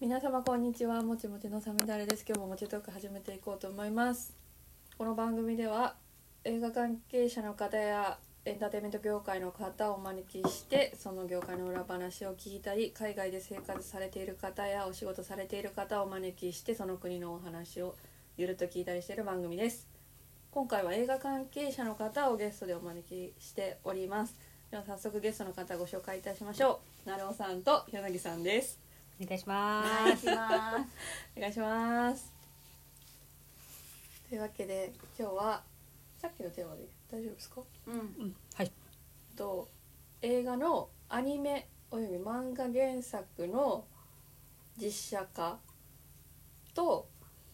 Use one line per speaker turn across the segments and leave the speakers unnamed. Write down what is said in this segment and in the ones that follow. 皆様こんにちはもちもちのサムダレです今日ももちトーク始めていこうと思いますこの番組では映画関係者の方やエンターテインメント業界の方をお招きしてその業界の裏話を聞いたり海外で生活されている方やお仕事されている方をお招きしてその国のお話をゆるっと聞いたりしている番組です今回は映画関係者の方をゲストでお招きしておりますでは早速ゲストの方ご紹介いたしましょうなるおさんと柳さんです
お願いしま
お願いしま
お願いしますというわけで今日はさっきのテーマで大丈夫ですか
す。うん。
す。はい。
と映画のアニメおよび漫画原作の実写化と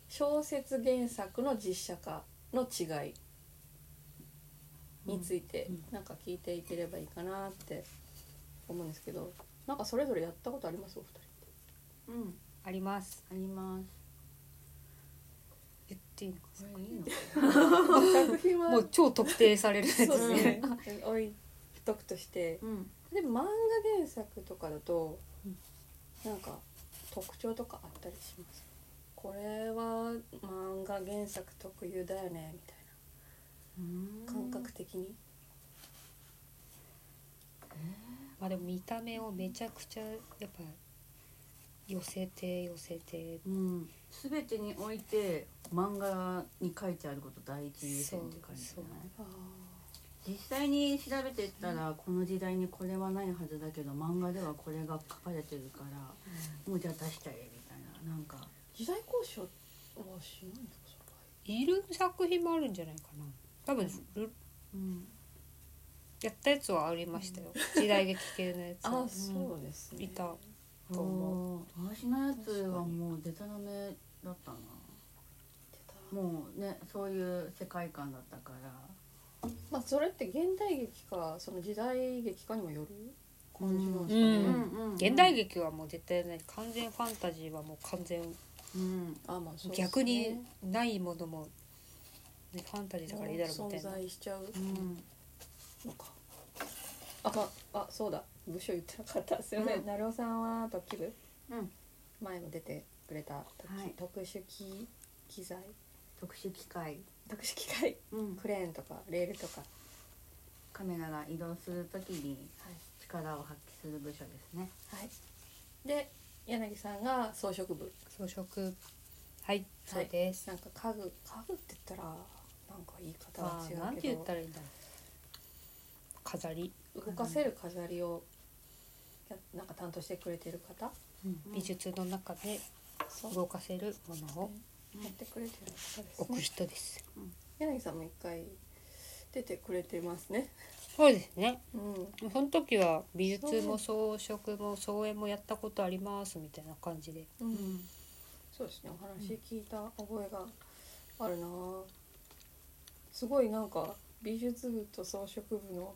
小説原作の実写化の違いについて
うん
なんか聞いていければいいかなって思うんですけどなんかそれぞれやったことありますお 二人って
うん。
あります。
あります。
言っていいのかな。
これいいの？
作品は
もう超特定されるやつ
そうです
ね
ね。置いとくとして
うん。
でも漫画原作とかだと、
うん
なんか特徴とかあったりしますこれは漫画原作特有だよねみたいな感覚的に、
まあでも見た目をめちゃくちゃやっぱ寄せて寄せて。
うん。すべてにおいて漫画に書いてあること第一優先って感じじゃない？
あ
実際に調べてったらこの時代にこれはないはずだけど漫画ではこれが書かれてるからもうじゃあ出したいみたいななんか
ー時代交渉はしないんですかその
いる作品もあるんじゃないかな。多分ル
うん
やったやつはありましたよ。時代劇系のやつ。
場合あ
そう
そうですね
いた。
と思う。私のやつはもうデタラメだったな。もうねそういう世界観だったから。
まあそれって現代劇かその時代劇かにもよる感じなんですか
う
ね、
ん現代劇はもう絶対ない。完全ファンタジーはもう完全
うん
あまあそうですね
逆にないものも、ね、ファンタジーだからいいだろうみた
存
いな。
在しちゃう
うん
のかあかんあそうだ部署言ってなかったすいません、
うん
なるおさんは特急部
うん
前も出てくれた特,、
はい
特殊機機材
特殊機械、
特殊機械
うん、
クレーンとかレールとか、
カメラが移動するときに
は
力を発揮する部署ですね
いはい、で柳さんが装飾部
装飾はいそうです、
なんか家具家具って言ったらなんか言い方
ま
は
あ
違
なん
う
て
け
言っ
ど
たらいいんだろう飾り
動かせる飾りをやなんか担当してくれてる方
美術の中で
そう
動かせるものを
やってくれてる方です
置く
ね
人です、
柳さんも一回出てくれてますね
そうですね
うん
その時は美術も装飾も創演もやったことありますみたいな感じで
う、
うん
そうですねお話聞いた覚えがあるなぁすごいなんか美術部と装飾部の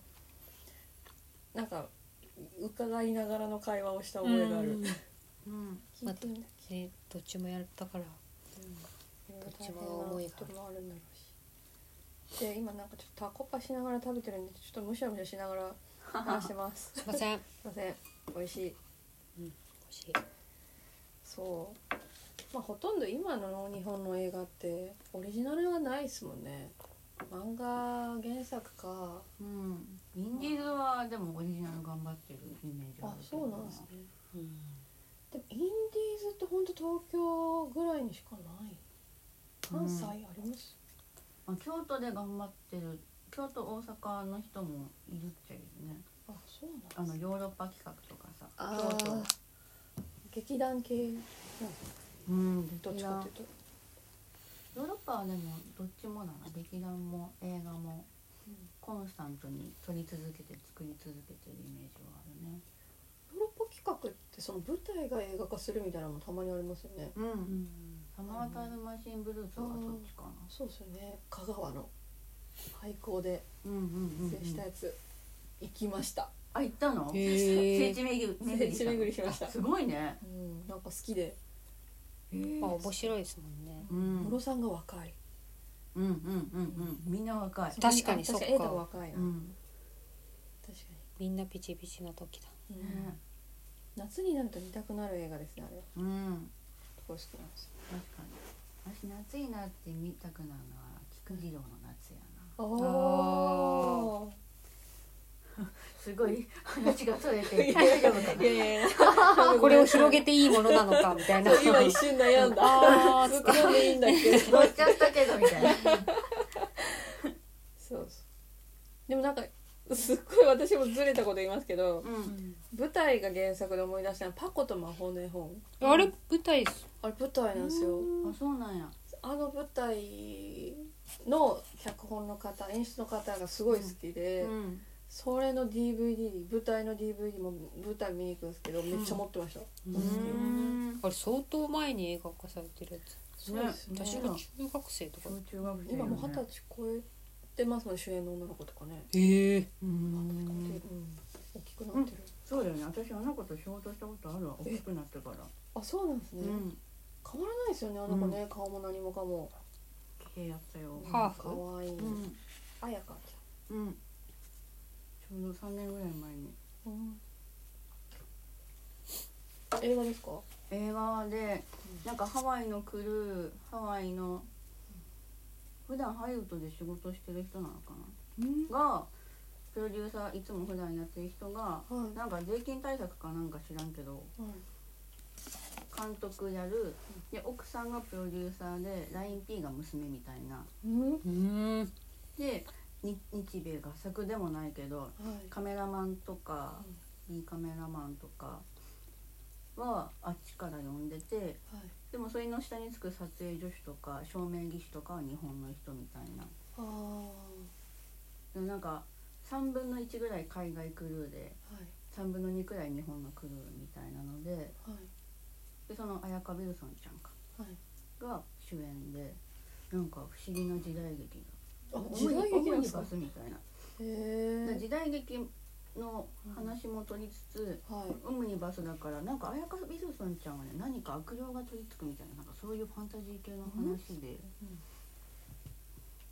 なんか伺いながらの会話をした覚えがある、
うん
うん
聞いていいんだっけ、
ねどっちもやったから
うん、
どっちも思いがあ
い
る
ろいろ大変なこともあるんだろうしで今なんかちょっとタコパしながら食べてるんでちょっとむしゃむしゃしながら話してますす
すいません欲
いません美味しい
しい
そうまあほとんど今の日本の映画ってオリジナルはないですもんね漫画原作か
うんインディーズはでもオリジナル頑張ってるイメージ
あ
るけど
そうなんですね
うん
でもインディーズってほんと東京ぐらいにしかない関西あります、
まあ、京都で頑張ってる京都大阪の人もいるっていうね
あそう
あ
なん
の
です
ヨーロッパ企画とかさ
あ
京
ー
都
劇団系
うん
どっちかっていうと
ヨーロッパはでもどっちもだな劇団も映画もコンスタントに撮り続けて作り続けてるイメージはあるね
ヨーロッパ企画ってその舞台が映画化するみたいなのもたまにありますよね
う
うんん
サマータイムマシンブルースはそっちかな
そうですよね香川の廃校で
うんうんうん、
制したやつ、行きました
あ行ったの
へ
聖
え
地巡 り
聖地巡りしました
あすごいね
うん、なんか好きで、
まあ面白いですもんね
うんうん
ムロさんが若い。
うんうんうんみんな若
確
い
かに
確か
そ
に、
っ
エ
か
が若いな。
うん
確か
みんなピチピチの時だ
に。
ね
夏になると見たくなる映画ですねあれ
うん
これ好きなんです
確かに私夏になって見たくなるのは菊次郎の夏やな
あ
ー
すごい話がそれて大丈夫 か
いやいやいや
これを広げていいものなのかみたいな
今一瞬悩んだ
あー
突っ込んでいいんだっけ
な乗っちゃったけどみ たいな
そうそうでもなんかすっごい私もずれたこと言いますけど
うん
舞台が原作で思い出したのは「パコと魔法の絵本
あれ舞台っす」
あれ舞台なんですよ
あそうなんや
あの舞台の脚本の方演出の方がすごい好きで、
うん
それの DVD 舞台の DVD も舞台見に行くんですけどめっちゃ持ってました、
うん
あれ相当前に映画化されてるやつ
そうですね
私
ね
が中学生とか
小中学生
今もう二
よ
十
ね
歳超えてますもんね主演の女の子とかね
ええ
う
うん大きくなってる、
そうだよね私あの子と仕事したことあるわ大きくなってから
あそうなんですね、
うん
変わらないですよねあの子ね、顔も何もかも
綺麗やったよ
ハーフ
かわいい、
うん
あやかち
うんちょうど三年ぐらい前に
ゃん、映画ですか
映画でなんかハワイのクルーハワイの普段ハリウッドで仕事してる人なのか
うん
ながプロデューサーいつも普段やってる人が
はい
なんか税金対策かなんか知らんけど監督やるで奥さんがプロデューサーで LINEP が娘みたいな
うんは
うん
でに日米合作でもないけど
い
カメラマンとかいいカメラマンとかはあっちから呼んでて
はい
でもそれの下につく撮影助手とか照明技師とかは日本の人みたいな
ああ
でもなんか3分の1ぐらい海外クルーで
はい
3分の2くらい日本のクルーみたいなので
はい
でその綾香ウィルソンちゃんか
はい
が主演でなんか不思議な時代劇が
あ
オムニ
時代劇
オ
な
ム
んで
ニ
す
バ
か
スみたいな
へ
で
え
時代劇の話も取りつつ、
はい
オムニバスだからなんか綾香美ルソンちゃんはね何か悪霊が取りつくみたいななんかそういうファンタジー系の話で、
うん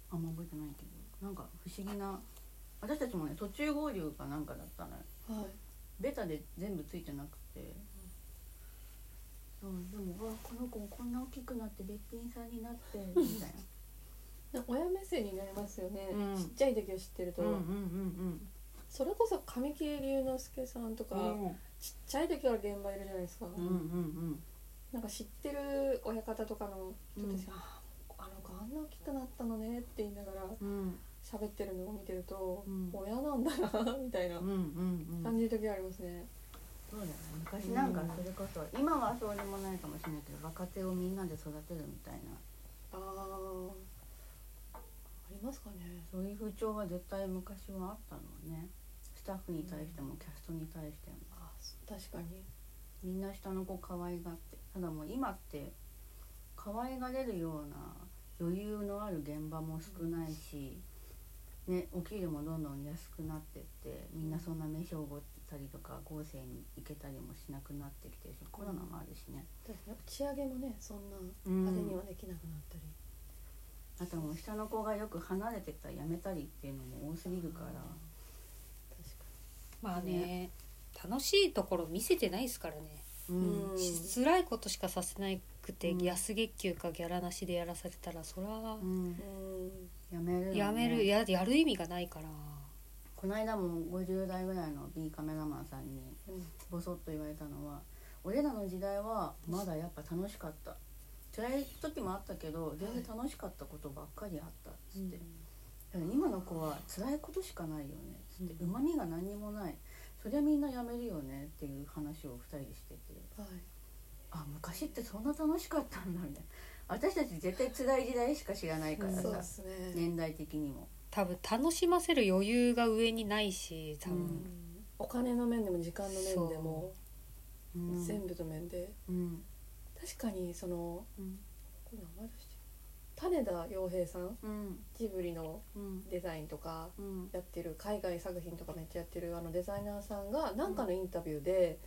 あんま覚えてないけどなんか不思議な私たちもね途中合流かなんかだったのよ
はい
ベタで全部ついてなくて、うん、でもうわこの子こんな大きくなってべっぴんさんにな ってみたい
なんか親目線になりますよね、
うん
ちっちゃい時を知ってると、
なうんうん
それこそ神木隆之介さんとか、ちっちゃい時から現場いるじゃないですか、
うんうんうん
なんか知ってる親方とかの人たちが、あーあの子あんな大きくなったのねって言いながら
うん
喋ってるのを見てると、
うん
親なんだなみたいな
うんうんうん
感じる時ありますね、
そうだよね昔なんかそれこそ、今はそうでもないかもしれないけど若手をみんなで育てるみたいな
あーありますかね
そういう風潮は絶対昔はあったのねスタッフに対してもキャストに対しても
あー確かに
みんな下の子可愛がってただもう今って可愛がれるような余裕のある現場も少ないし、ね、お給料もどんどん安くなってってみんなそんな飯をおごったりとか合成に行けたりもしなくなってきてるしコロナもあるしね。
確かに打ち上げもねそんな
う
派
ん
手にはできなくなったり、
あともう下の子がよく離れてったりやめたりっていうのも多すぎるから、
確か
まあね楽しいところ見せてないですからね、
うん
に、
うん
し辛いことしかさせなくて、
うん
安月給かギャラなしでやらされたらそら、
うん
やめるよ、ね、
やめるややる意味がないから
この間も50代ぐらいの B カメラマンさんに
うん
ボソッと言われたのは「俺らの時代はまだやっぱ楽しかった」辛い時もあったけど全然楽しかったことばっかりあったっつって、だから今の子は辛いことしかないよねっつって
う
うま、みが何にもないそりゃみんなやめるよねっていう話を2人でしてて。
はい
あ昔ってそんな楽しかったんだみたいな私たち絶対辛い時代しか知らないから
そう
さ
ですね。
年代的にも
多分楽しませる余裕が上にないし多分、
うん
お金の面でも時間の面でも
うん
全部の面で、
うん
確かにその
うん
これ名前出して種田洋平さん
うん
ジブリの
うん
デザインとか
うん
やってる海外作品とかめっちゃやってるあのデザイナーさんが何かのインタビューで、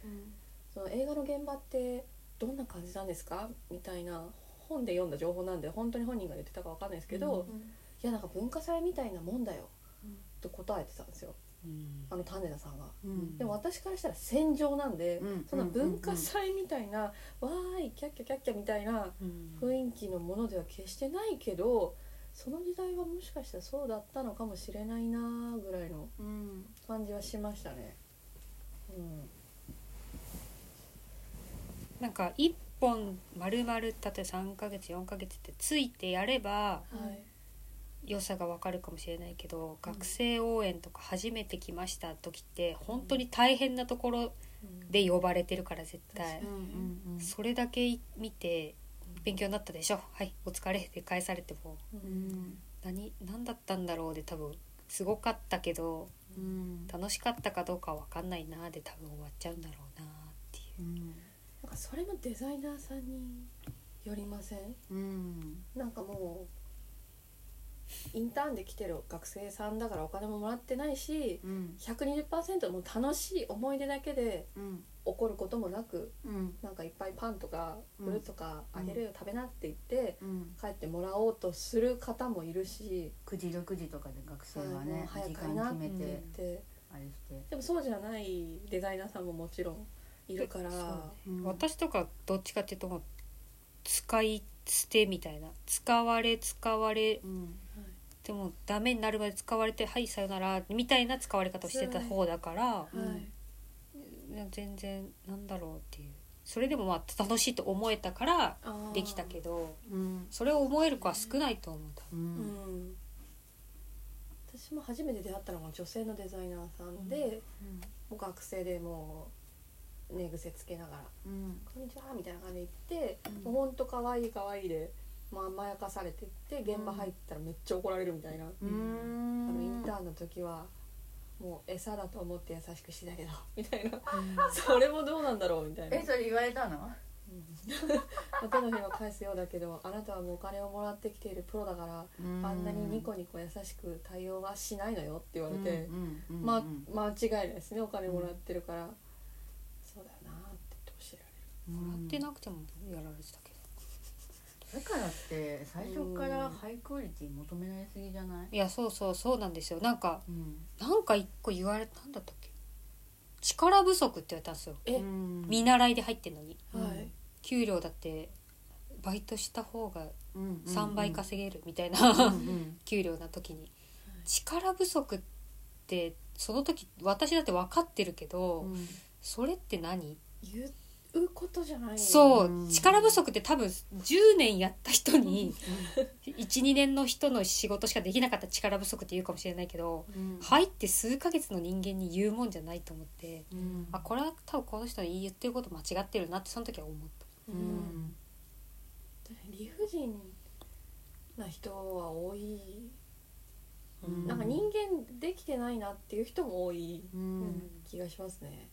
その映画の現場ってどんな感じなんですかみたいな本で読んだ情報なんで本当に本人が言ってたかわかんないですけど、
うん
いやなんか文化祭みたいなもんだよ
うん
と答えてたんですよ。
うん
あの種田さんが
うん
でも私からしたら戦場なんで、
うん
そんな文化祭みたいな、わーいキャッキャキャッキャみたいな
うん
雰囲気のものでは決してないけどその時代はもしかしたらそうだったのかもしれないなーぐらいの
うん
感じはしましたね。うん
なんか一本丸々例えば3ヶ月4ヶ月ってついてやれば
はい
良さがわかるかもしれないけど、学生応援とか初めて来ました時って本当に大変なところ
うん
で呼ばれてるから絶対
確
うんうんうん
それだけ見て勉強になったでしょはいお疲れで返されても
うん
うん
何何だったんだろうで多分すごかったけど
うん
楽しかったかどうかわかんないなで多分終わっちゃうんだろうなっていう
うん
なんかそれもデザイナーさんによりません
うん
なんかもうインターンで来てる学生さんだからお金ももらってないし
うん
120%もう楽しい思い出だけで
うん
怒ることもなく
うん
なんかいっぱいパンとか
うん
フルーツとかあげるよ、食べなって言って
うん
帰ってもらおうとする方もいるし、
9時6時とかで学生は
はいもう
ね
早く
時
帰りな
間決め
う
て
ん
で
あれして
でもそうじゃないデザイナーさんももちろんいるから、
そうね
うん
私とかどっちかっていうともう使い捨てみたいな使われ使われ
うん
でもダメになるまで使われてはいさよならみたいな使われ方をしてた方だから
うん
はい
全然なんだろうっていうそれでもまあ楽しいと思えたから
あー
できたけど
うん
それを思える子は少ないと思う多
う
うんん私も初めて出会ったのが女性のデザイナーさんで、もう学生でもう寝癖つけながら
うんうん
「こんにちは」みたいな感じで行って、
うん
もうほんと可愛い可愛いで、まあ、甘やかされてって現場入ったらめっちゃ怒られるみたいな、
う
あ
ん
のインターンの時はもう餌だと思って優しくしてたけど みたいな
分
それもどうなんだろうみたいな
えそれ言われたの
うん手のひらを返すようだけどあなたはもうお金をもらってきているプロだからあんなにニコニコ優しく対応はしないのよって言われて。
うんうんうん
ま
うん
あ、間違いないですねお金もらってるから、そうだよなってどうしてら
もらってなくてもやられてたけど
だからって最初からハイクオリティ求められすぎじゃない
いやそうそうそうなんですよなんか
うん
なんか一個言われたんだったっけ力不足って言われたんですよ
え
うん
見習いで入ってんのに
れ
うん
る、はい
給料だってバイトした方が
うんうんうん
3倍稼げるみたい
うん う
な
ん
給料な時に力不足ってその時私だって分かってるけ ど、
うん
それって何、
言うことじゃない
そう、
うん
力不足って多分10年やった人に12年 の人の仕事しかできなかった力不足って言うかもしれないけど
うん
入って数ヶ月の人間に言うもんじゃないと思って
うん
あこれは多分この人の言ってること間違ってるなってその時は思った。
う
うんん
理不尽な人は多い、
うん
なんか人間できてないなっていう人も多い
うん
気がしますね、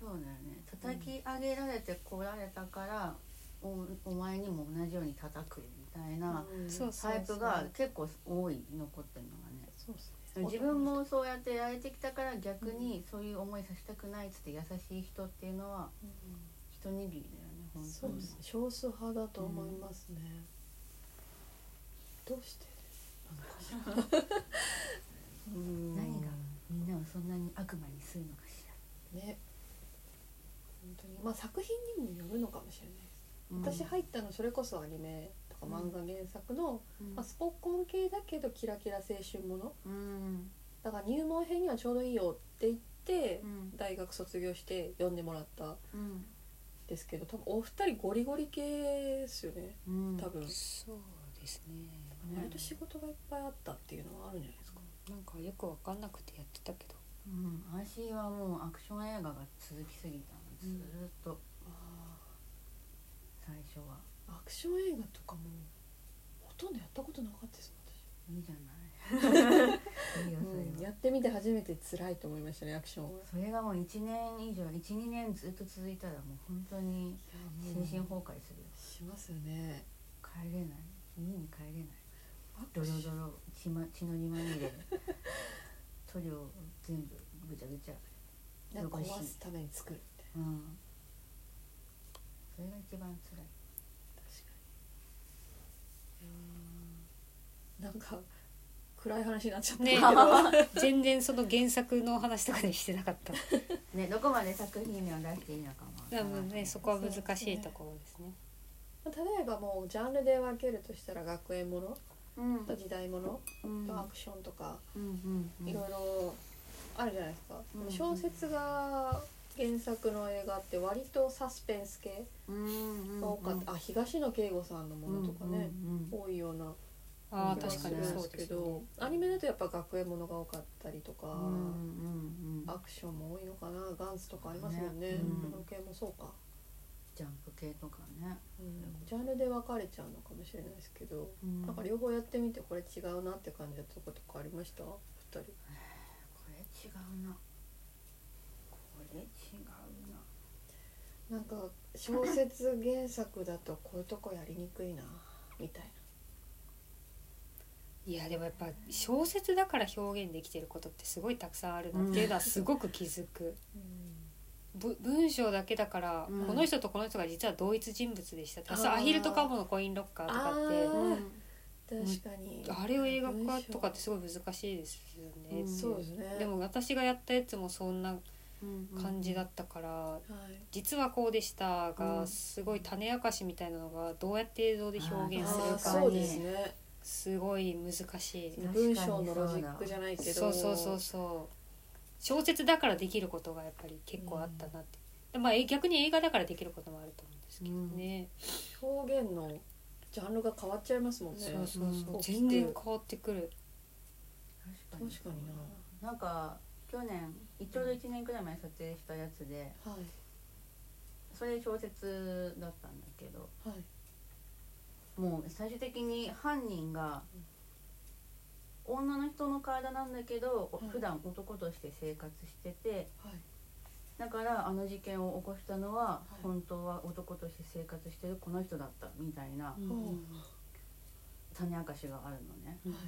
そうだよね叩き上げられてこられたからおお前にも同じように叩くみたいな
うん
そう
タイプが結構多い残ってるのがね
そうですね
自分もそうやってやれてきたから逆にそういう思いさせたくないっつって優しい人っていうのは
うん
一握りだよね本当
そう
に
ですね少数派だと思いますね、どうしてなのかしらうん
何がみんなをそんなに悪魔にするのかし
ね本当にまあ作品にもよるのかもしれな
ら
いです、私入ったのそれこそアニメとか漫画原作の、
うん
まあ、スポコン系だけどキラキラ青春もの
うん
だから入門編にはちょうどいいよって言って
う、ん
大学卒業して読んでもらったん
うん
ですけど多分お二人ゴリゴリ系ですよね
うん
多分、
そうですね
割と仕事がいっぱいあったっていうのはあるんじゃないですか、
なんかよく分かんなくてやってたけど
うん私はもうアクション映画が続きすぎたのずーっと最初は
あーアクション映画とかもほとんどやったことなかったですもん私
いいじゃないいいよそれは
うん、やってみて初めて辛いと思いましたねアクションは
それがもう1年以上12年ずっと続いたらもう本当に精神崩壊するよ
しますよね
帰れない家に帰れないド
ど
ロ
うぞ
ドロ血,、ま、血のにまみれ塗料全部ぐちゃぐちゃ
なんか壊すために作るみたい
うんそれが一番辛い
な確かにいやーなんか暗い話になっちゃった、
ね全然その原作の話とかにしてなかった
ねどこまで作品には出していいのかもわから
多
ない
分ねそこは難しいところですね
例えばもうジャンルで分けるとしたら学園もの
うん
と時代もの
うん
とアクションとか
うんうん
いろいろあるじゃないですか、
うん
小説が原作の映画って割とサスペンス系
うん
が多かった、あ東野圭吾さんのものとかね、
うん
多いような
あ
気
あ
が
確か
す
に
るん
そ
で
う
す
で
け
すね
どアニメだとやっぱ学園ものが多かったりとか、
うんうんうん
アクションも多いのかなガンツとかありますもんね
ねうん
風景もそうか、
ジャンプ系とかね
うんジャンルで分かれちゃうのかもしれないですけど、なんか両方やってみてこれ違うなって感じたとことかありました二人
これ違うなこれ違う
な
な
んか小説原作だとこういうとこやりにくいなみたい
いやでもやっぱ小説だから表現できてることってすごいたくさんあるなっていうのはすごく気づく、
な、
ぶ文章だけだから、
うん
この人とこの人が実は同一人物でしたってあそう
あー
アヒルとカモのコインロッカーとかっ
うん
ん
確かに
てあれを映画化とかっ
文
てすごい難しいですよね、
うん
そうですね
でも私がやったやつもそんな
うん
感じだったから、
はい
実はこうでした
う
が
ん
すごい種明かしみたいなのがどうやって映像で
あ
表現す
ー
る
あ
か
そう
ー
ですね
すごい難しい
確かに
文章のロジックじゃないけど
そうそうそうそう小説だからできることがやっぱり結構あったなって、でまあえ逆に映画だからできることもあると思うんですけどね、
表現のジャンルが変わっちゃいますもんね
そうそうそう、
うん
全然変わってくる
確かに
確かに
なんか去年ちょうど1年くらい前に撮影したやつで
はい
それ小説だったんだけど
はい
もう最終的に犯人が女の人の体なんだけど、
はい
普段男として生活してて
はい
だからあの事件を起こしたのは
はい
本当は男として生活してるこの人だったみたいな
うん
種明かしがあるのね
うん
は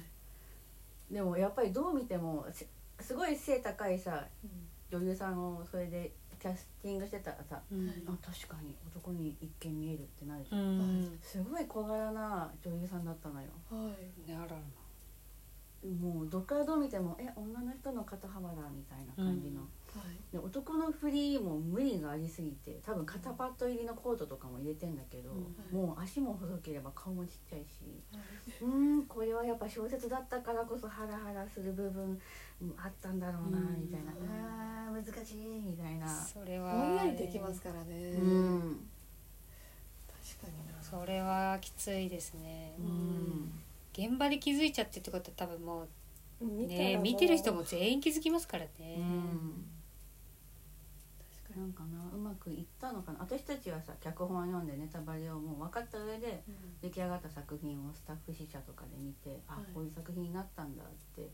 い
でもやっぱりどう見てもせすごい背高いさ
うん
女優さんをそれでキャスティングしてたらさ
うん
はい
あ確かに男に一見見えるってなるじ
う
ゃん、
ん
すごい小柄な女優さんだったのよ
はい
ねあらら
もうどっからどう見てもえ女の人の肩幅だみたいな感じの、で男のフリーも無理がありすぎて多分肩パッド入りのコートとかも入れてんだけど、
うん
もう足も細ければ顔もちっちゃいし
はいう
ーんこれはやっぱ小説だったからこそハラハラする部分うんあったんだろうな
うん
みたいな、あー難しいみたいな
それは
ぼんやりできますからね
う、ん
確かにな
それはきついですね、
う
うんん
現場で気づいちゃってってことは多分も
うん
う
見たら
ね
もう
見てる人も全員気づきますからね、
うん
確か
なんかなうまくいったのかな私たちはさ脚本を読んでネタバレをもう分かった上で
に、
出来上がった作品をスタッフ試写とかで見て、
はい
あこういう作品になったんだって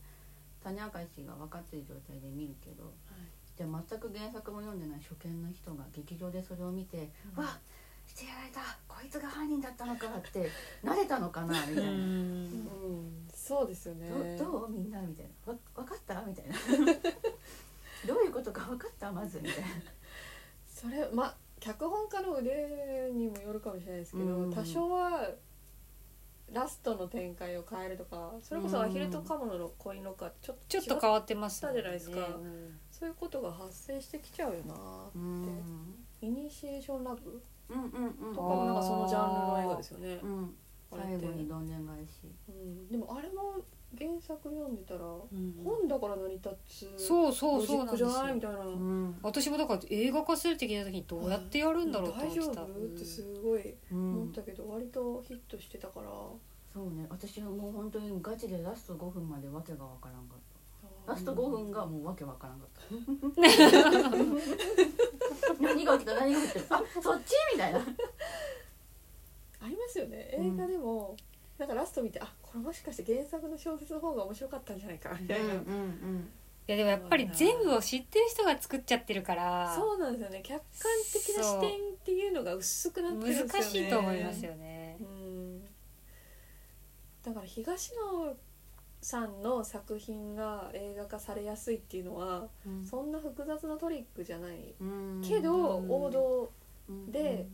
種明かしが分かってる状態で見るけどじゃあ全く原作も読んでない初見の人が劇場でそれを見て「
うん
わっしてやられたこいつが犯人だったのか」って慣れたのかなみた
う
いな。
ん
うん、そうですよね
どどうみんなみたいな「わ分かった?」みたいな 「どういうことか分かったまず」みたいな。
それま脚本家の腕にもよるかもしれないですけど、
うん
多少はラストの展開を変えるとかそれこそアヒルとカモのコインロッカーってちょっと
ちょっと
違う
変わってます
違ったじゃないですか
うん
そういうことが発生してきちゃうよな
うん
イニシエーションラブ
うんうんうん
とか
あ
もなんかそのジャンルの映画ですよね
う、ん、
あれ
最
って
後にどんでん返し
うん、でもあれも原作読んでたら、
うん
本だから成り立つ
そうそう
ロジ
そ
ッ
うなん
クじ
です
ゃ
よ
ないみたいな、
うん、
私もだから映画化するって聞いた時にどうやってやるんだろうと思っ
大
て
丈
た、
夫ってすごい思ったけど、割とヒットしてたから
そうね私もう本当にガチでラスト5分までわけがわからんかった
あ
ラ
ー
スト5分がもうわけわからんかった 何が起きた何が起きたあそっちみたいな
ありますよね
うん
映画でも、なんかラスト見てあこれもしかして原作の小説の方が面白かったんじゃないかみたいな、
ん
いやでもやっぱり全部を知ってる人が作っちゃってるから
そうなんですよね客観的な視点っていうのが薄くなってるんですよね
難しいと思いますよね
う。んだから東野さんの作品が映画化されやすいっていうのは
うん
そんな複雑なトリックじゃない
うん
けど
うん
王道
うん
で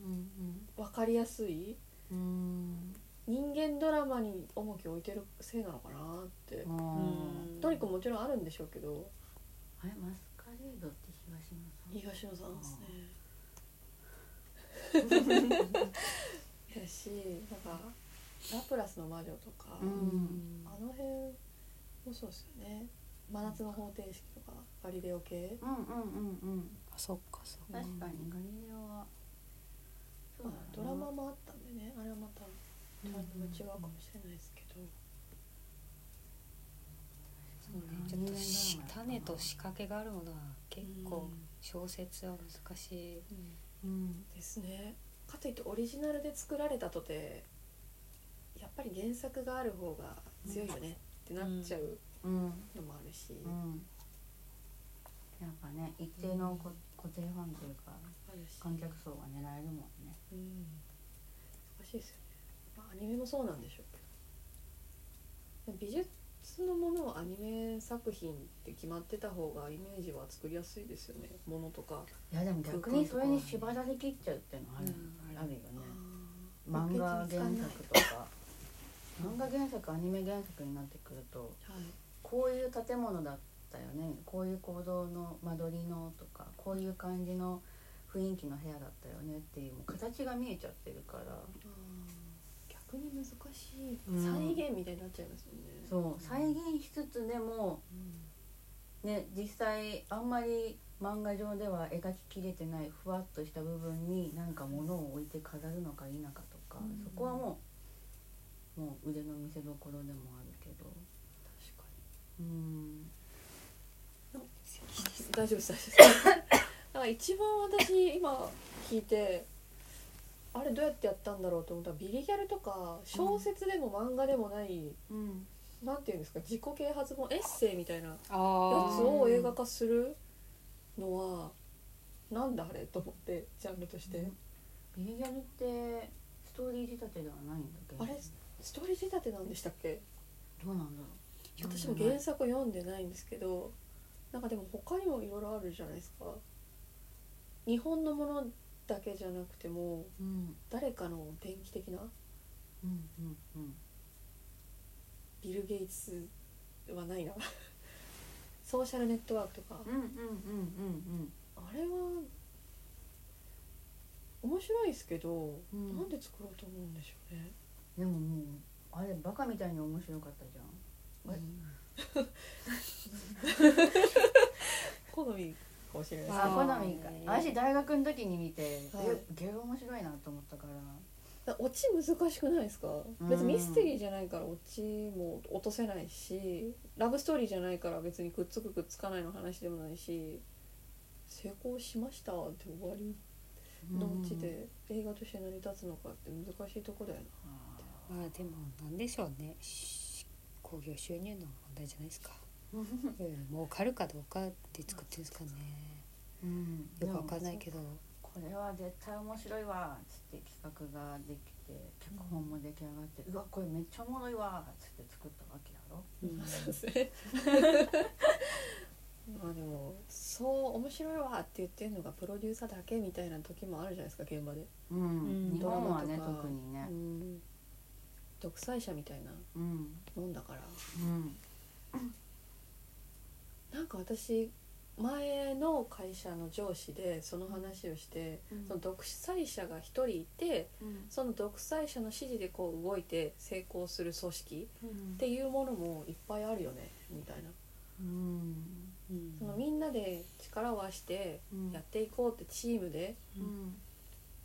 うん
分かりやすい
うんうん
人間ドラマに重きを置いてるせいなのかなって
あー
うん
トリコもちろんあるんでしょうけど
あれマスカレードって東野さん
東野さんですねだしなんかラプラスの魔女とか、
うん
あの辺もそうですよね真夏の方程式とかガリレオ系
うんうんうんうん
あそっかそっか
確かにガリレオはそう
まあ
だ
ド
な
ラマもあったんでねあれはまた
うん
タイミング違うかもしれないですけど、
そうねちょっとし種と仕掛けがあるものは結構小説は難しい
うん
うん
ですねかといってオリジナルで作られたとてやっぱり原作がある方が強いよねってなっちゃう
うん
のもあるし、
うんやっぱね一定のこ固定ファンというか
あるし、
観客層が狙えるもんね
うん、難しいですよね、まあ、アニメもそうなんでしょうけど美術のものをアニメ作品って決まってた方がイメージは作りやすいですよねものとか、
いやでも逆にそれに縛られきっちゃうっていうのはある,、
うん
あるよね漫画原作とか漫画原作アニメ原作になってくると
はい
こういう建物だったよねこういう行動の間取りのとかこういう感じの雰囲気の部屋だったよねっていうもう形が見えちゃってるから
あー逆に難しい、
うん
再現みたいになっちゃいますもんね
そう再現しつつでもね実際あんまり漫画上では描ききれてないふわっとした部分に何か物を置いて飾るのか否かとか、
うん
そこはもうもう腕の見せ所でもあるけど
確か
うん
に大丈夫です大丈 夫ですなんか一番私今聞いてあれどうやってやったんだろうと思ったらビリギャルとか小説でも漫画でもない、
うん
なんていうんですか自己啓発本エッセイみたいなや
あ
つ
ー
を映画化するのはなんだあれと思ってジャンルとして、
ビリギャルってストーリー仕立てではないんだけど
あれストーリー仕立てなんでしたっけ
どうなんだろう
私も原作を読んでないんですけどなんかでも他にもいろいろあるじゃないですか日本のものだけじゃなくても
うん
誰かの電気的な
うんうんうん
ビル・ゲイツはないな ソーシャルネットワークとか
うんうんうん
あれは面白いですけど、
うん
なんで作ろうと思うんでしょうね、
でももうあれバカみたいに面白かったじゃんうん
好みかもしれないです
あ
あ
ー
好みか私大学の時に見て、
はい
えゲロ面白いなと思ったから
だオチ難しくないですか
ん
別にミステリーじゃないからオチも落とせないしラブストーリーじゃないから別にくっつくくっつかないの話でもないし成功しましたって終わりのオチで映画として成り立つのかって難しいとこだよな
あ
まあでもなんでしょうねし興行収入の問題じゃないですか、 うん、儲かるかどうかで作ってるんですかね
ーうん
よくわかんないけど
これは絶対面白いわっつって企画ができて脚本も出来上がって、うわこれめっちゃおもろいわっつって作ったわけやろ
うん
そうですね まあでもそう面白いわって言ってるのがプロデューサーだけみたいな時もあるじゃないですか現場で、
うん、
うん
日本はね
ドラマとか
特にね
うん独裁者みたいな
うん
もんだから
うん
なんか私前の会社の上司でその話をして、
うん
その独裁者が1人いて
うん
その独裁者の指示でこう動いて成功する組織っていうものもいっぱいあるよねみたいな、
うん
うん
そのみんなで力を合わせて
うん
やっていこうってチームで
うん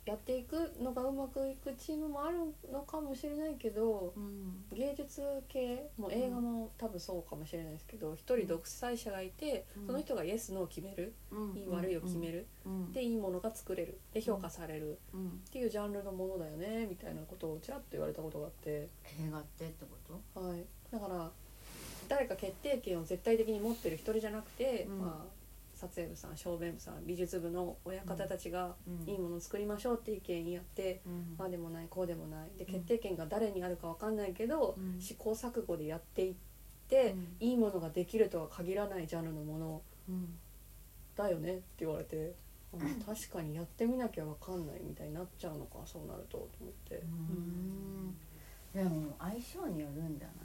やっていくのがうまくいくチームもあるのかもしれないけど
うん
芸術系もう映画も多分そうかもしれないですけど1人独裁者がいて
うん
その人がイエスノーを決める
うん
いい悪いを決め
る、
る
うん、
でいいものが作れるで評価される
うん、
っていうジャンルのものだよねみたいなことをちらっと言われたことがあって、
映画ってってこと
はい、だから誰か決定権を絶対的に持ってる一人じゃなくて、
うん
まあ、撮影部さん照明部さん美術部の親方たちが
うん
いいものを作りましょうって意見言い合って、
うん
ああでもないこうでもないで決定権が誰にあるかわかんないけど、
うん
試行錯誤でやっていって、いいものができるとは限らないジャンルのもの
うん
だよねって言われて、 あ確かにやってみなきゃわかんないみたいになっちゃうのかそうなるとと思って
う。んでも相性によるんじゃない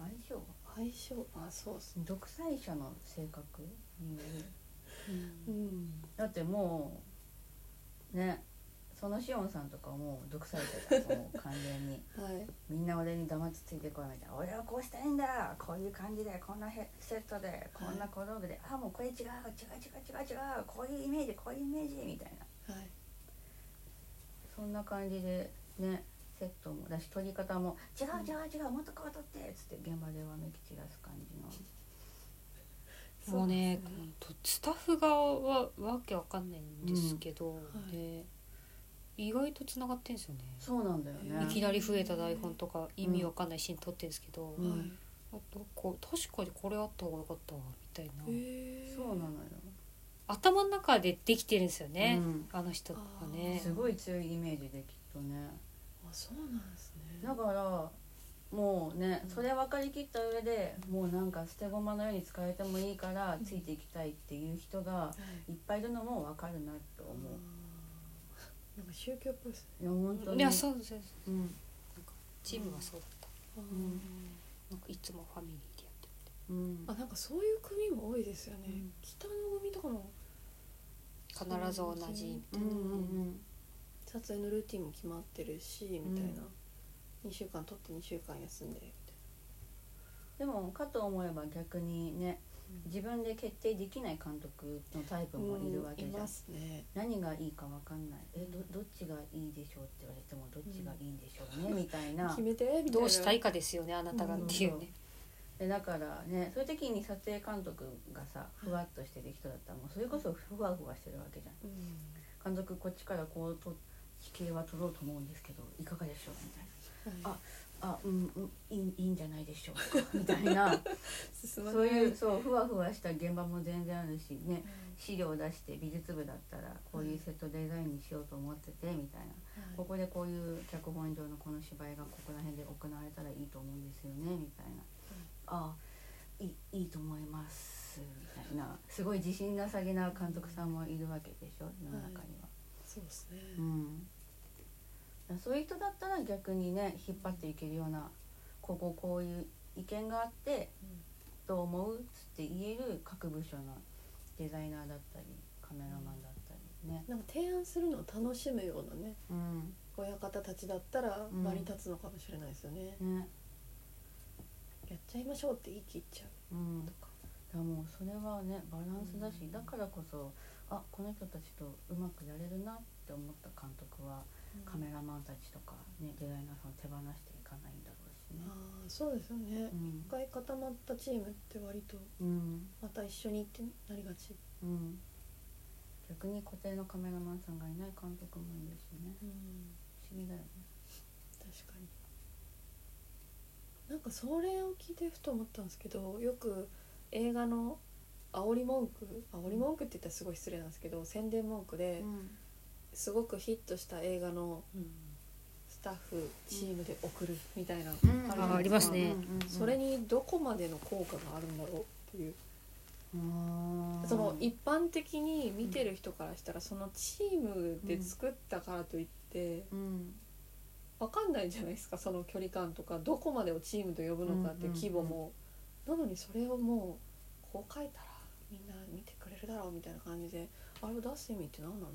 相性が
相性あそうですね
独裁者の性格による
う
うん
ん
だってもうねそのしおんさんとかもう独裁者だもう完全に
はい
みんな俺に黙ってついてこないで俺はこうしたいんだこういう感じでこんなヘセットでこんな小道具で、あもうこれ違う違う違う違う違うこういうイメージこういうイメージみたいな
はい
そんな感じでねセットもだし取り方も「違う違う違うもっとこう取って」っつって現場でわめき散らす感じの
もうね
そうです
ほんとスタッフ側はわけわかんないんですけど、
い
ね意外とつながってんすよね
そうなんだよ
うん
い
ね
きなり増えた台本とか意味わかんないシーン撮ってんすけど、
う
は
ん
い
あとこう確かにこれあった方がよかったわみたいな、
へえ
そうなのよ、
頭の中でできてるんですよね
う、ん
あの人とか
え
ね
ー
すごい強いイメージできっとね
あそうなんですね
だからもうね
うん
それ分かりきった上でもうなんか捨て駒のように使えてもいいから
ん
ついていきたいっていう人が
はい
いっぱいいるのも分かるなと思う
あーなんか宗教っぽいですね
いや本当に
いやそうです
うん
チームはそうだった、
あー
ん
なんかいつもファミリーでやってて
うん
あなんかそういう組も多いですよね、
うん
北の組とかも
必ず同じみ
う
たい
ん
な、
うん
撮影のルーティンも決まってるしみたいな
う、
2週間撮って2週間休んでみたい
でもかと思えば逆にね
うん
自分で決定できない監督のタイプ
な
もいるわけじ
い
ゃん
ますね
何がいいか分かんないえどどっちがいいでしょうって言われてもどっちがいいんでしょうねみたい な
決めてみたいな
どうしたいかですよねあなたがっていうね、
でだからねそういう時に撮影監督がさふわっとしてる人だったらもうそれこそふわふわしてるわけじゃん
うん
監督こっちからこうと地形は撮ろうと思うんですけどいかがでしょうみたい
はい、
なあうんうんいいいいんじゃないでしょう かみたいな
進まな
そう
い
いうそうふわふわした現場も全然あるしね資料を出して美術部だったらこういうセットデザインにしようと思っててみたいなここでこういう脚本上のこの芝居がここら辺で行われたらいいと思うんですよねみたいな、ああいいいいと思いますみたいなすごい自信なさげな監督さんもいるわけでしょ世の中には、
そうですね、
うんだからそういう人だったら逆にね引っ張っていけるようなこここういう意見があってどう思うっつって言える各部署のデザイナーだったりカメラマンだったりね、
なんか提案するのを楽しむようなね
うん、
親方たちだったら
うん
場に立つのかもしれないですよね、
ね
やっちゃいましょうって言い切っちゃ
うん
うとか、
だからもうそれはねバランスだし、
うん
だからこそあこの人たちとうまくやれるなって思った監督はカメラマンたちとか、ね、デザイナーさんを手放していかないんだろうしね
あ。あそうですよね、
うん
一回固まったチームって割と
うん
また一緒にってなりがち、
うん、逆に固定のカメラマンさんがいない監督もいるしね
うん、
不思議だよね。
確かになんかそれを聞いてふと思ったんですけどよく映画の煽り文句煽り文句って言ったらすごい失礼なんですけど宣伝文句で
うん
すごくヒットした映画の
うん
スタッフチームで送るみたいな、
うん
ああり
ますね
うんうんうん
それにどこまでの効果があるんだろうっていう
うん
その一般的に見てる人からしたらそのチームで作ったからといって
うん
わかんないじゃないですかその距離感とかどこまでをチームと呼ぶのかっていう規模もなのにそれをもうこう書いたらみんな見てくれるだろうみたいな感じであれを出す意味って何なんだろ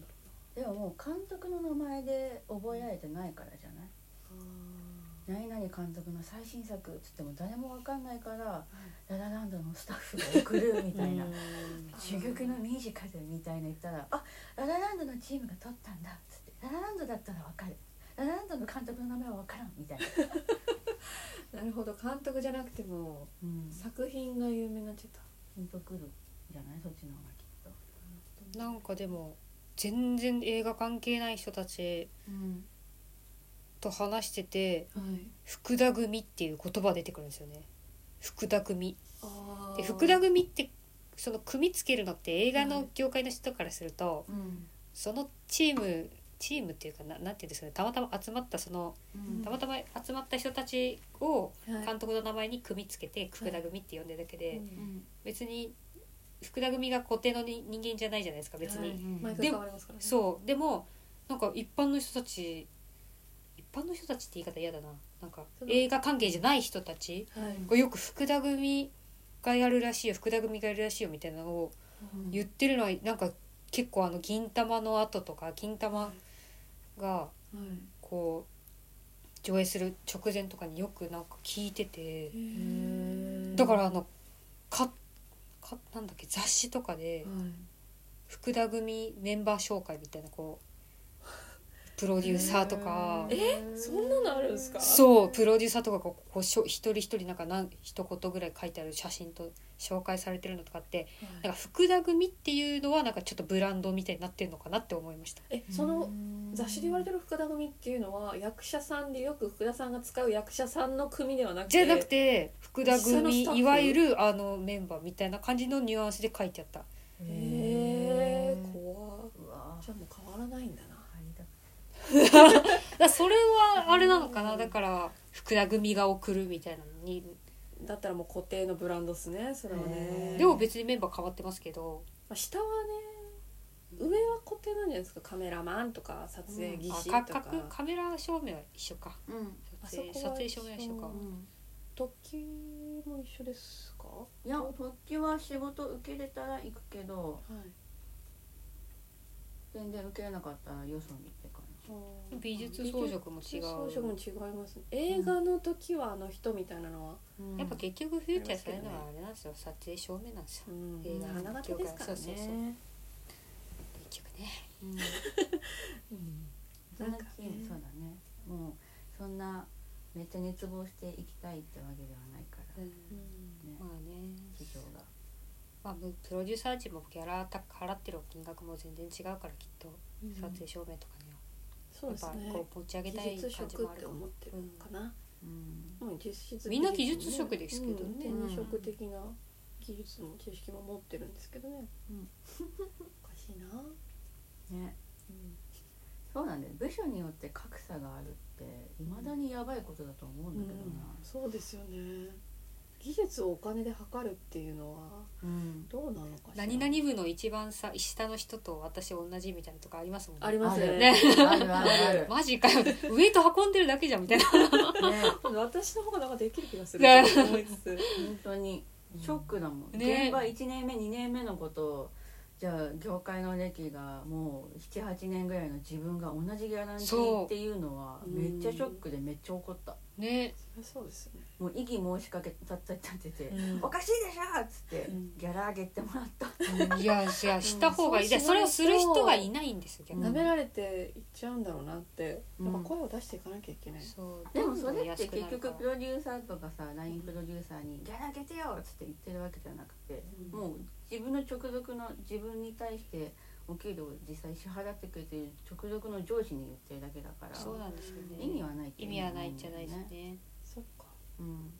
でももう監督の名前で覚えられてないからじゃないう
な
何々監督の最新作っつっても誰もわかんないから「ララランド」のスタッフが送るみたいな
うん
「珠玉のミュージカル」みたいな言ったら「あララランドのチームが撮ったんだ」っつって「ララランドだったらわかる」「ララランドの監督の名前はわからん」みたいな、
なるほど監督じゃなくても
うん、
作品が有名になっちゃった
ピンとくるじゃないそっちの方がきっと。
なんかでも全然映画関係ない人たち
うん
と話してて
はい
福田組っていう言葉出てくるんですよね福田組
あー
で福田組ってその組つけるのって映画の業界の人からすると、
うん
そのチームチームっていうかななんていうんですかねたまたま集まったその
うん
たまたま集まった人たちを
はい
監督の名前に組みつけて福田組って呼んでるだけで、
う
うんん
別に福田組が固定のに人間じゃないじゃないですか別に、
はい毎
うん
回変わりますからね
そうでもなんか一般の人たち一般の人たちって言い方嫌だななんか
その
映画関係じゃない人たち
はい
がよく福田組がやるらしいよ福田組がやるらしいよみたいなのを言ってるのはなんか結構あの銀玉の後とか銀玉が
はい
こう上映する直前とかによくなんか聞いてて
へー
だからあのかかなんだっけ雑誌とかで
はい
福田組メンバー紹介みたいなこ うプロデューサーとか
えそんなのあるんですか
そうプロデューサーとかがこうしょ一人一人なんか何一言ぐらい書いてある写真と紹介されてるのとかってなんか福田組っていうのはなんかちょっとブランドみたいになってるのかなって思いました。
えその雑誌で言われてる福田組っていうのは役者さんでよく福田さんが使う役者さんの組ではなくて
じゃなくて福田
実際の
組
スタッフ
いわゆるあのメンバーみたいな感じのニュアンスで書いてあった
へえ怖
うわ
じゃあもう変わらないんだな
だからそれはあれなのかなだから福田組が送るみたいなのに
だったらもう固定のブランドっすねそれは
へ
ね
ー
でも別にメンバー変わってますけど
まあ、下はね上は固定なんじゃないですかカメラマンとか撮影技師と
あ
か,、
かかカメラ照明は一緒か
うん
撮影
あそこ
撮
は
影
一緒
照明は一緒か
うん
時も一緒ですか
いや復帰は仕事受けれたら行くけど
はい
全然受けれなかったらよそにって感じ
美術装飾も違
装飾も
う
違いますね映画の時はあの人みたいなのは、
やっぱ結局フューチャーされるのはあれなんですよ撮影照明なんです
う
よ
ん
映画の
花形ですからね
そうそうそう結局ね
うん
な
最
んかね
近そうだねもうそんなめっちゃ熱望していきたいってわけではないからね
うん
まあね
事情が
まあむプロデューサー陣もギャラた払ってる金額も全然違うからきっと撮影証明とかね、
そうです
やっ
ね
ぱこう持ち上げたい
技術
感じも
職
あ
っ
る
て
かも
思ってるのかな、
うん
もう実質
みんな技術職ですけどね
うん転職的な技術も知識も持ってるんですけどね、
うん
おかしいな、
ねそうなんだよ部署によって格差があるっていまだにやばいことだと思うんだけどな
そうですよね技術をお金で測るっていうのは
うん
どうなのかしら
何々部の一番さ下の人と私同じみたいなとかありますもん
ありますよね
ね
あるあるあ る
マジかよウエイト運んでるだけじゃんみたいな
ね
私の方がなんかできる気がする
ね
と思 いつつ
本当にショックだもん、
ね
現場1年目2年目のことをじゃあ業界の歴がもう78年ぐらいの自分が同じギャランティ
そう
ーっていうのは
うん
めっちゃショックでめっちゃ怒った
ね
そうですね
もう異議申しかけたったったってて「お
い
かしいでしょ!」っつって
うん
ギャラ上げてもらった
やいやした方がいい、で
そうしないと
それをする人がいないんですよ逆
うん
に、
舐められていっちゃうんだろうなって、
うん
やっぱ声を出していかなきゃいけない、
そう
でもそれ
どん
って
どん
結
安くなるか
局
ら
プロデューサーとかさ LINE プロデューサーに「ギャラ上げてよ!」っつって言ってるわけじゃなくて
うん
もう自分の直属の自分に対してお給料を実際支払ってくれてる直属の上司に言ってるだけだから
そうなんですよね
意味はないっ
意味はないんじゃないですね、
そっか
うん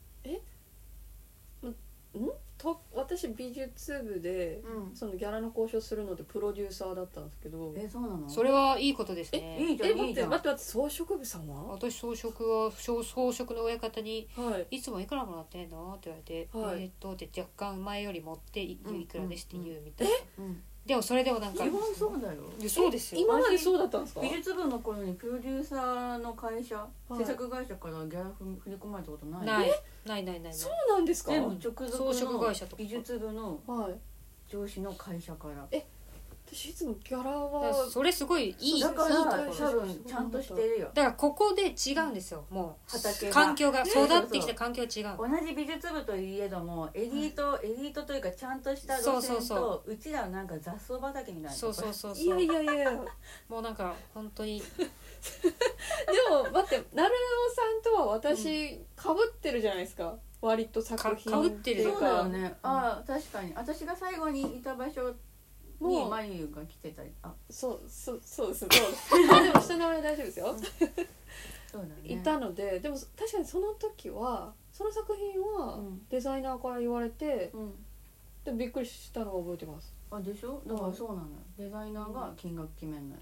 と私美術部で
うん
そのギャラの交渉するのってプロデューサーだったんですけど
えそうなの
それはいいことですね
いいじゃ
え
ん
待
い
っ
いじ
て
ゃ
待
ん
って待って装飾部さんは
私装飾は装装飾の親方に
はい
「いつもいくらもらってんの?」って言われて「
はい
えーっと」って若干前より持ってい
うん
いくらですって言うみたいな、
うん
でもそれでもなん
基
か
本そうだよ
いやそうですよ
今までそうだったんですか
美術部の頃にプロデューサーの会社
い
制作会社からギャラ振り込まれたことない
ないないないないない
そうなんですか
全部
は
直
装
属
飾
の
会社とか
美術部の
い
上司の会社から
私いつもギャラ
だから
は
それすごいいい
だから
いい
多分ちゃんとしてるよ
だからここで違うんですよも
畑
う
が
環境が
ね
育ってきた環境が違う
同じ美術部といえどもエリートエリートというかちゃんとした路
そ
線と
うそうそう
ちらはなんか雑草畑みたいな
そうそうそう
いや
そ
いうやいやでも
もうなんか本当に
待って成尾さんとは私かぶってるじゃないですか割と作品
か被ってる
そうだよ
っていうか
ねああ確かに私が最後にいた場所
も
に
う
マリユが来てたりあ
そうそうそう ですそうですあでも下の名前大丈夫ですよ
そうだね
いたのででも確かにその時はその作品は
うん
デザイナーから言われて、
うん
でもびっくりしたのを覚えてます
あでしょだからそうなのよデザイナーが金額決めんのよ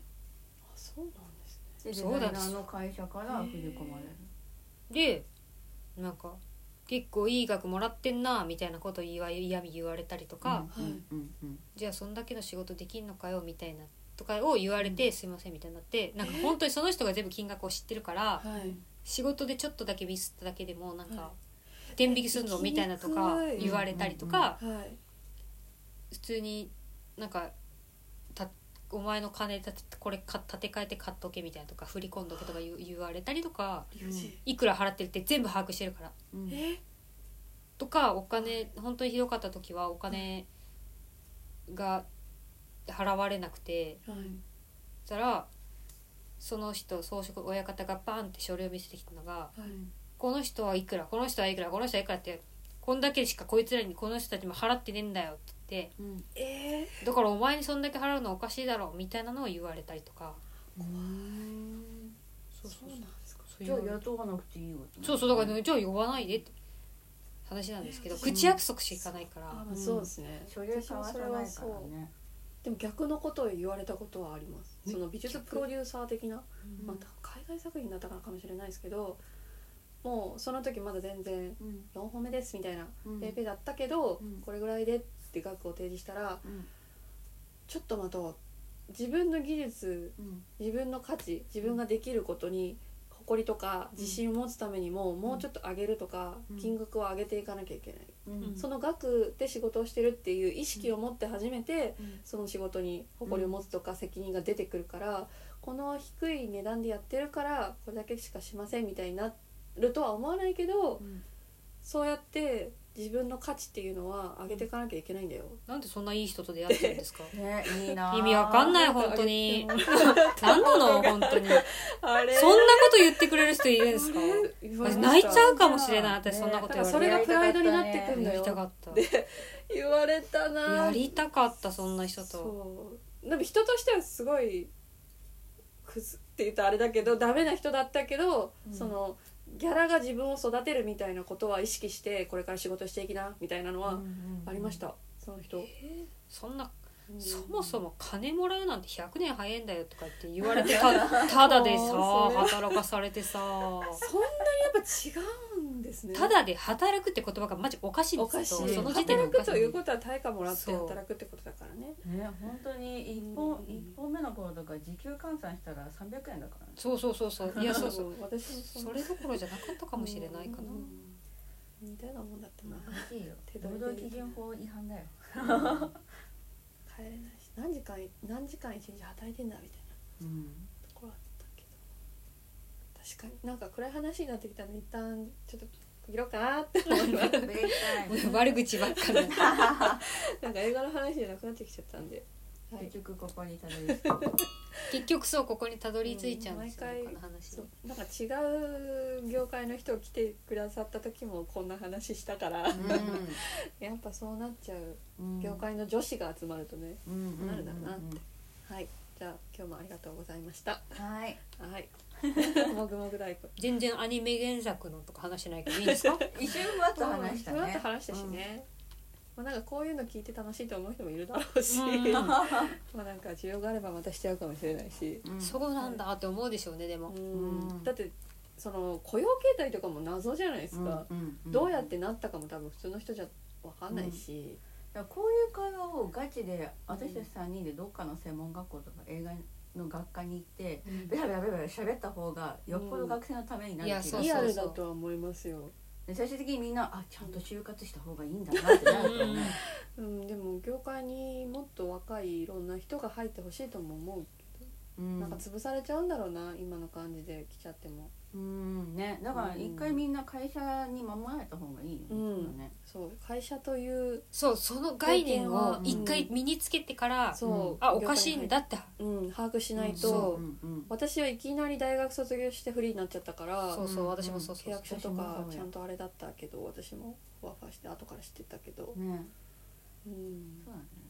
あそうなんですね
でデザ
そうな
イナ
んです
ー
よ
の会社から振り込まれる
でなんか結構いい額もらってんなみたいなこと言わ嫌み言われたりとか、
うんうんうん
じゃあそんだけの仕事できんのかよみたいなとかを言われて「すいません」みたいになってなんか本当にその人が全部金額を知ってるから
はい
仕事でちょっとだけミスっただけでもなんか
は
天引きするのみたいなと
行
か
きにくい
言われたりと
うん
か
はい
普通になんかたお前の金立てこれか立て替えて買っとけみたいなとか振り込んどけとか言う言われたりとか
理不尽
いくら払ってるって全部把握してるから
うん
え
とかお金本当にひどかった時はお金が払われなくて
はい
そしたらその人装飾親方がバンって書類を見せてきたのが
はい
この人はいくらこの人はいくらこの人はいくらってこんだけしかこいつらにこの人たちも払ってねえんだよって言って
うん
え
だからお前にそんだけ払うのおかしいだろみたいなのを言われたりとか
怖い
そうそうそう
ですか
そう
じゃあ
いう
雇わなくていいよって
そうそうだからね、じゃあ呼ばないでって話なんですけど
うん
口約束していかないから
あ、ま
う
あ
ん
そうですね
書類交わさないか
私
ら
もそれはそう
ね
でも逆のことを言われたことはあります
ね
その美術プロデューサー的な
うん
また海外作品だったからかもしれないですけどもうその時まだ全然
うん
4本目ですみたいな
うん
ペーペーだったけど、
うん
これぐらいでって額を提示したら
うん
ちょっと待とう自分の技術
うん
自分の価値自分ができることに誇りとか
ん
自信を持つためにも、もうちょっと上げるとか、
うん
金額を上げていかなきゃいけない、
うん
その額で仕事をしてるっていう意識を持って初めて、
うん
その仕事に誇りを持つとか責任が出てくるから、この低い値段でやってるからこれだけしかしませんみたいになるとは思わないけど、
うん
そうやって自分の価値っていうのは上げていかなきゃいけないんだよ。
なんでそんないい人と出会ってるんですか
ねいいな
意味わかんない本当に何なの本当に
あれ
そんなこと言ってくれる人いるんですか私泣いちゃうかもしれない私そんなこと言われ
それがプライドになってくる
やりたかった
言われたな
やりたかったそんな人と
そうでも人としてはすごいクズって言うとあれだけどダメな人だったけど、
うん
そのギャラが自分を育てるみたいなことは意識してこれから仕事していきなみたいなのはありましたた、その人、
そんな
うん
そもそも金もらうなんて100年早いんだよとかって言われてたただで
も
さ
う それ
働かされて
そ
さ
んなにやっぱ違うんですね
ただで働くって言葉がマジおかしいん
お
です
か
よ
しい
その時点でお
働
か
く
しい
ということは対価もらって
そう
働くってことだからね
ね本当に一
う
本
ん
一本目の頃とか時給換算したら三百円だからね
そうそうそうそういやそう そう
うん私もう
それどころじゃなかったかもしれないかな
うんみたいなもんだったな
おかしいよ
手取
労
りで
働基準法違反だよ
帰れないし何時間何時間一日働いてんだみたいな
うん
ところあったけど確かになんか暗い話になってきたので一旦ちょっと区切ろうかなって思います
ブレイクタイ ム
悪口ばっかりだ
なんか映画の話じゃなくなってきちゃったんで、はい
結、局ここにたどり着いた
結局そうここにたどり着いちゃうんですよね
うん
この話
そ
に
うなんか違う業界の人来てくださった時もこんな話したから、やっぱそうなっちゃう
うん
業界の女子が集まるとね、
うん
なるだろうなってはいじゃあ今日もありがとうございました
はい
はいもぐもぐ大根
全然アニメ原作のとか話してないけどいいんですか
一瞬ふわっと話した
ふわっと
ね
話したしね、まあ、なんかこういうの聞いて楽しいと思う人もいるだろうし、
うん
まあなんか需要があればまたしちゃうかもしれないし、
うん
そうなんだって思うでしょうねでも
うんだってその雇用形態とかも謎じゃないですか、
んん
どうやってなったかも多分普通の人じゃ分かんないし、
だからこういう会話をガチで私たち3人でどっかの専門学校とか映画の学科に行ってベラベラベラベラ喋った方がよっぽど学生のためになる気がす
うんい
リ
や
ア
そうそう
ルだとは思いますよ、
で最終的にみんなあちゃんと就活した方がいいんだなってなると思う
うん、でも業界にもっと若いいろんな人が入ってほしいとも思う、
うん
なんか潰されちゃうんだろうな今の感じで来ちゃっても
うんねだから一回みんな会社に守られた方がいいよね,、
うん
ね
そう会社という
そうその概念を一回身につけてから
そう、
あおかしいんだって
うん、把握しないと、
そ
うんうん
私はいきなり大学卒業してフリーになっちゃったから
そうそう
うん
私もそうそ
契
う
約書と
私もそう
か
よ
ちゃんとあれだったけど私もふわふわして後から知ってたけど、
ね
うん、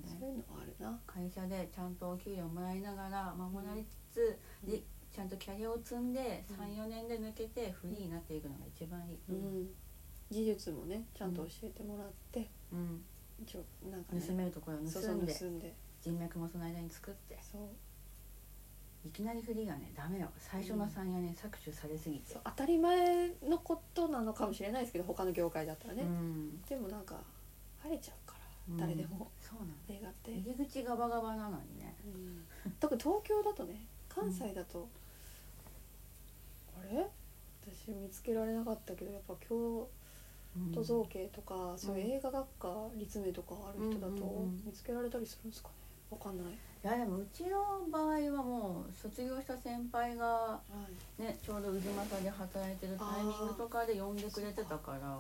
そ
そうい
うなんだよね
うのはあるな
会社でちゃんとお給料もらいながら守られつつ、
うん
でちゃんとキャリアを積んで
うん
34年で抜けてフリーになっていくのが一番いい、
うん、技術もねちゃんと教えてもらって、
うん
一応なんかね
盗めるところを
そう
盗
そうん
で
盗んで
人脈もその間に作って
そう
いきなりフリーはねダメよ最初の34年搾取されすぎて
そう当たり前のことなのかもしれないですけど他の業界だったらね、
うん
でもなんか晴れちゃうから
うん
誰でも
そうなんだ
映画って、
入り口ガバガバなのにね
うん
特に東京だとね関西だと、あれ私見つけられなかったけどやっぱ京都造形とか、そういう映画学科立命とかある人だ
うんうん
と
うん
見つけられたりするんですかねわかんない、
いやでもうちの場合はもう卒業した先輩がねちょうど渦政で働いてるタイミングとかで呼んでくれてたから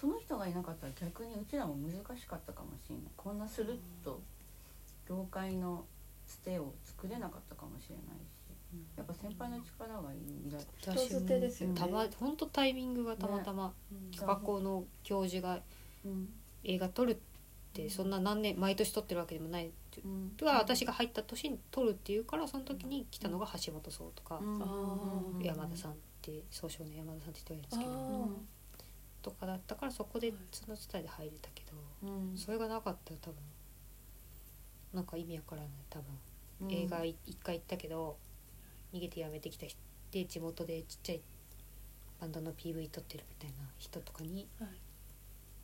その人がいなかったら逆にうちらも難しかったかもしれないこんなスルッと業界のつてを作れなかったかもしれないしやっぱ先輩の力がいら
私
人づてですよ
も
ね
たま本当タイミングがたまたま学校の教授が
うん
映画撮るってそんな何年毎年撮ってるわけでもない
うん
とは私が入った年に撮るっていうからその時に来たのが橋本壮とか
うん
あー
山田さんって総称の山田さんって人がいるんです
あ
けど
ー
うん
とかだったからそこで
はい
その伝えで入れたけど
うん
それがなかったら多分なんか意味わからない多分
うん
映画い一回行ったけど逃げてやめてきた人で地元でちっちゃいバンドの PV 撮ってるみたいな人とかに
はい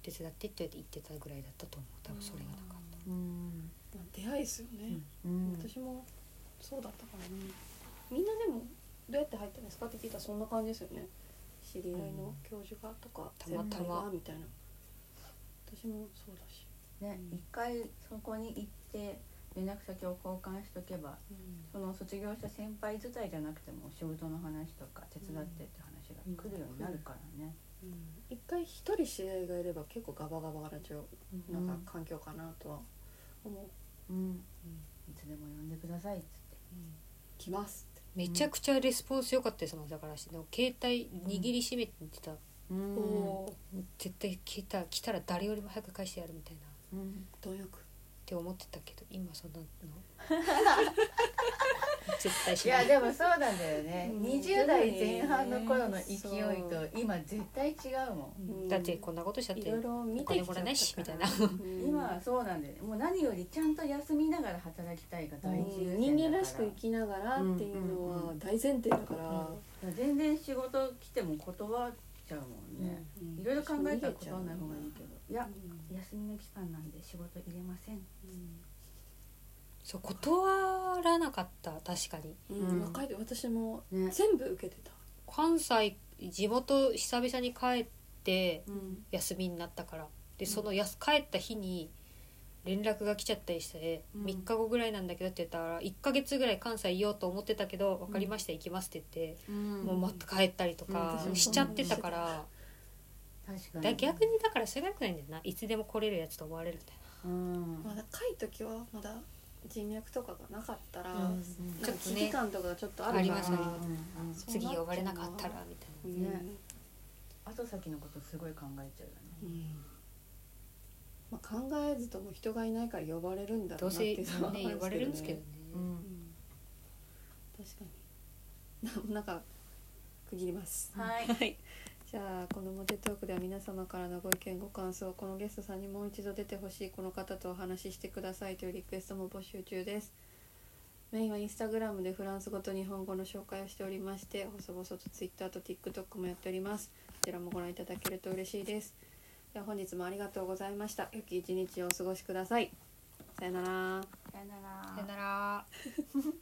手伝ってって言ってたぐらいだったと思う多分それがなかった。
うん
まあ出会いですよね、
うん
私もそうだったからねみんなでもどうやって入ったんですかって聞いたらそんな感じですよね知り合いの教授がとか、
たまたま
先輩がみたいな私もそうだし、
ね
うん
一回そこに行って連絡先を交換しとけばその卒業した先輩自体じゃなくても仕事の話とか手伝ってって話が来るようになるからね。
一回一人知り合いがいれば結構ガバガバな状
う
なん
ん
か環境かなとは思う、
うんいつでも呼んでくださいっつって。
来ますって
めちゃくちゃレスポンス良かったですもんだから携帯握りしめて言ってた、
うん
おー
絶対来た来たら誰よりも早く返してやるみたいなっ
うん
貪欲
て思ってたけど今そん なの絶対
い
しな
や
い
でもそうなんだよね。
うん
20代前半の頃の勢い
そ
と今絶対違うもん。
うんだってこんなことしちゃっ
い
て
ろいろ見
お
て
金
きちゃ
も
った
らえ
か
な
ら
いしみたいな、
うん
今はそうなんだよね。もう何よりちゃんと休みながら働きたいが
う
第一
ん
優先だから。
人間らしく生きながらっていうの
うんうん
は
う
大前提だから、
全然仕事来ても断っちゃうもんね、
うん
いろいろ考えたら断らない方がいいけどいや
うん
休みの期間なんで仕事入れません
そう断らなかった確かに
うん
うん
若い時私も
ね
全部受けてた、
関西地元久々に帰って
うん
休みになったからで
うん
そのやす帰った日に連絡が来ちゃったりして、
うん
3日後ぐらいなんだけどって言ったら1ヶ月ぐらい関西いようと思ってたけど「分かりました行きます」って言って、
うん
もうまた帰ったりとか
うんうん
しちゃってたから、
確か
だ
に
逆にだからそれがよくないんだよないつでも来れるやつと思われるんだよ
うん
まあ、若い時はまだ人脈とかがなかったら、
う
なん
ん
か
ちょっとね
危機感とかちょっとあるから
ありますね
うん
そう
次呼ばれなかったらみたいな
う
ね
ん
後先のことすごい考えちゃうよね
うんまあ、考えずとも人がいないから呼ばれるんだろう
どう
なっ
せ
てい
ね
うのは
呼ばれるんですけどね、
うん確かに ななんか区切ります
はい
はい、じゃあこのモテトークでは皆様からのご意見ご感想このゲストさんにもう一度出てほしいこの方とお話ししてくださいというリクエストも募集中ですメインはインスタグラムでフランス語と日本語の紹介をしておりまして細々と Twitter と TikTok もやっておりますこちらもご覧いただけると嬉しいですでは本日もありがとうございました良き一日をお過ごしくださいさよなら
さよなら
さよなら